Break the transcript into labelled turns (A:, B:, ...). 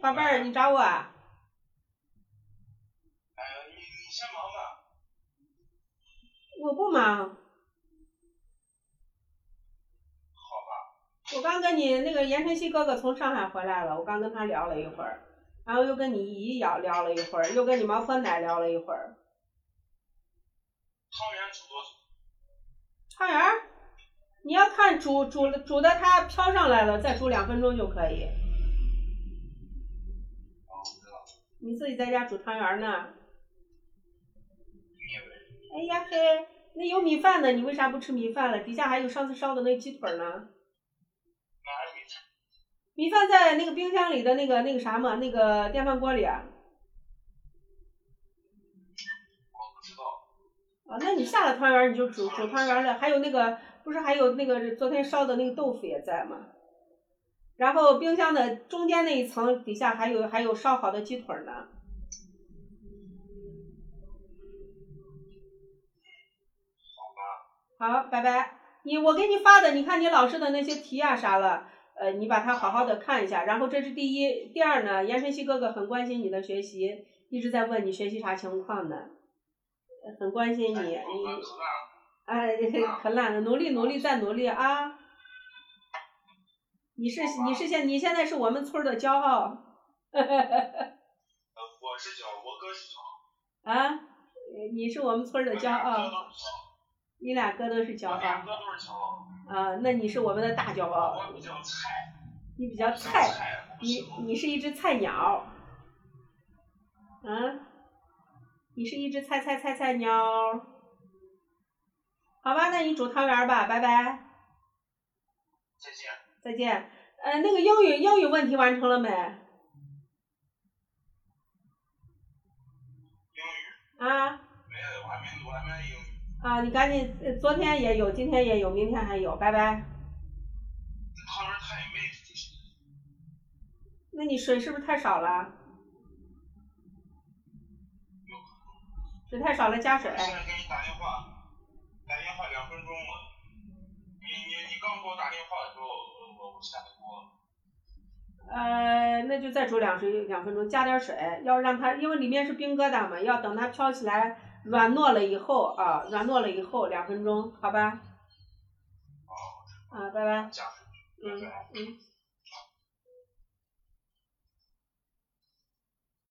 A: 宝贝儿，你找我啊？
B: 哎呀，你你先忙吧。
A: 我不忙，
B: 好吧，
A: 我刚跟你那个言承旭哥哥从上海回来了，我刚跟他聊了一会儿，然后又跟你姨聊聊了一会儿，又跟你毛酸奶聊了一会儿。
B: 汤圆煮多久？
A: 汤圆儿，你要看煮煮了煮的它飘上来了，再煮两分钟就可以。
B: 哦，知道。
A: 你自己在家煮汤圆儿呢？
B: 你以为？
A: 哎呀嘿，那有米饭呢，你为啥不吃米饭了？底下还有上次烧的那鸡腿儿呢。
B: 哪有米饭？
A: 米饭在那个冰箱里的那个那个啥嘛，那个电饭锅里啊。
B: 我不知道。
A: 啊，那你下了汤圆儿你就煮煮汤圆儿了，还有那个不是还有那个昨天烧的那个豆腐也在吗？然后冰箱的中间那一层底下还有还有烧好的鸡腿儿呢。好，拜拜。你我给你发的，你看你老师的那些题啊啥了，呃，你把它好好的看一下。然后这是第一，第二呢，严晨曦哥哥很关心你的学习，一直在问你学习啥情况呢，呃很关心你，
B: 哎，
A: 你
B: 我我可烂了。
A: 哎，可烂了，努力努力再努力啊！你是你是现你现在是我们村儿的骄傲
B: 呃，我是脚，我哥是脚，
A: 啊！你是我们村儿
B: 我
A: 的骄
B: 俩哥
A: 傲，
B: 都是脚，
A: 你俩哥都是骄
B: 我
A: 傲
B: 俩哥都是脚。
A: 啊！那你是我们的大骄傲，
B: 我比较菜，
A: 你比较
B: 比较
A: 菜，
B: 菜，我不
A: 你
B: 行。
A: 你是一只菜鸟，啊！你是一只菜菜菜菜鸟，好吧，那你煮汤圆儿吧，拜拜。
B: 再见。
A: 再见。呃，那个英语英语问题完成了没？
B: 英语
A: 啊
B: 没有，我还没我还没英语。
A: 啊，你赶紧，呃昨天也有，今天也有，明天还有，拜拜。
B: 这汤圆太妹子了。
A: 那你水是不是太少了？水太少了，加水
B: 我。现在给你打电话，打电话两分钟嘛。你你你刚给我打电话的时候，我我我下的锅，
A: 呃，那就再煮两水两分钟，加点水，要让它，因为里面是冰疙瘩嘛，要等它飘起来软糯了以后啊，软糯了以后两分钟，好吧？啊，拜拜。
B: 加分。
A: 嗯
B: 拜拜
A: 嗯。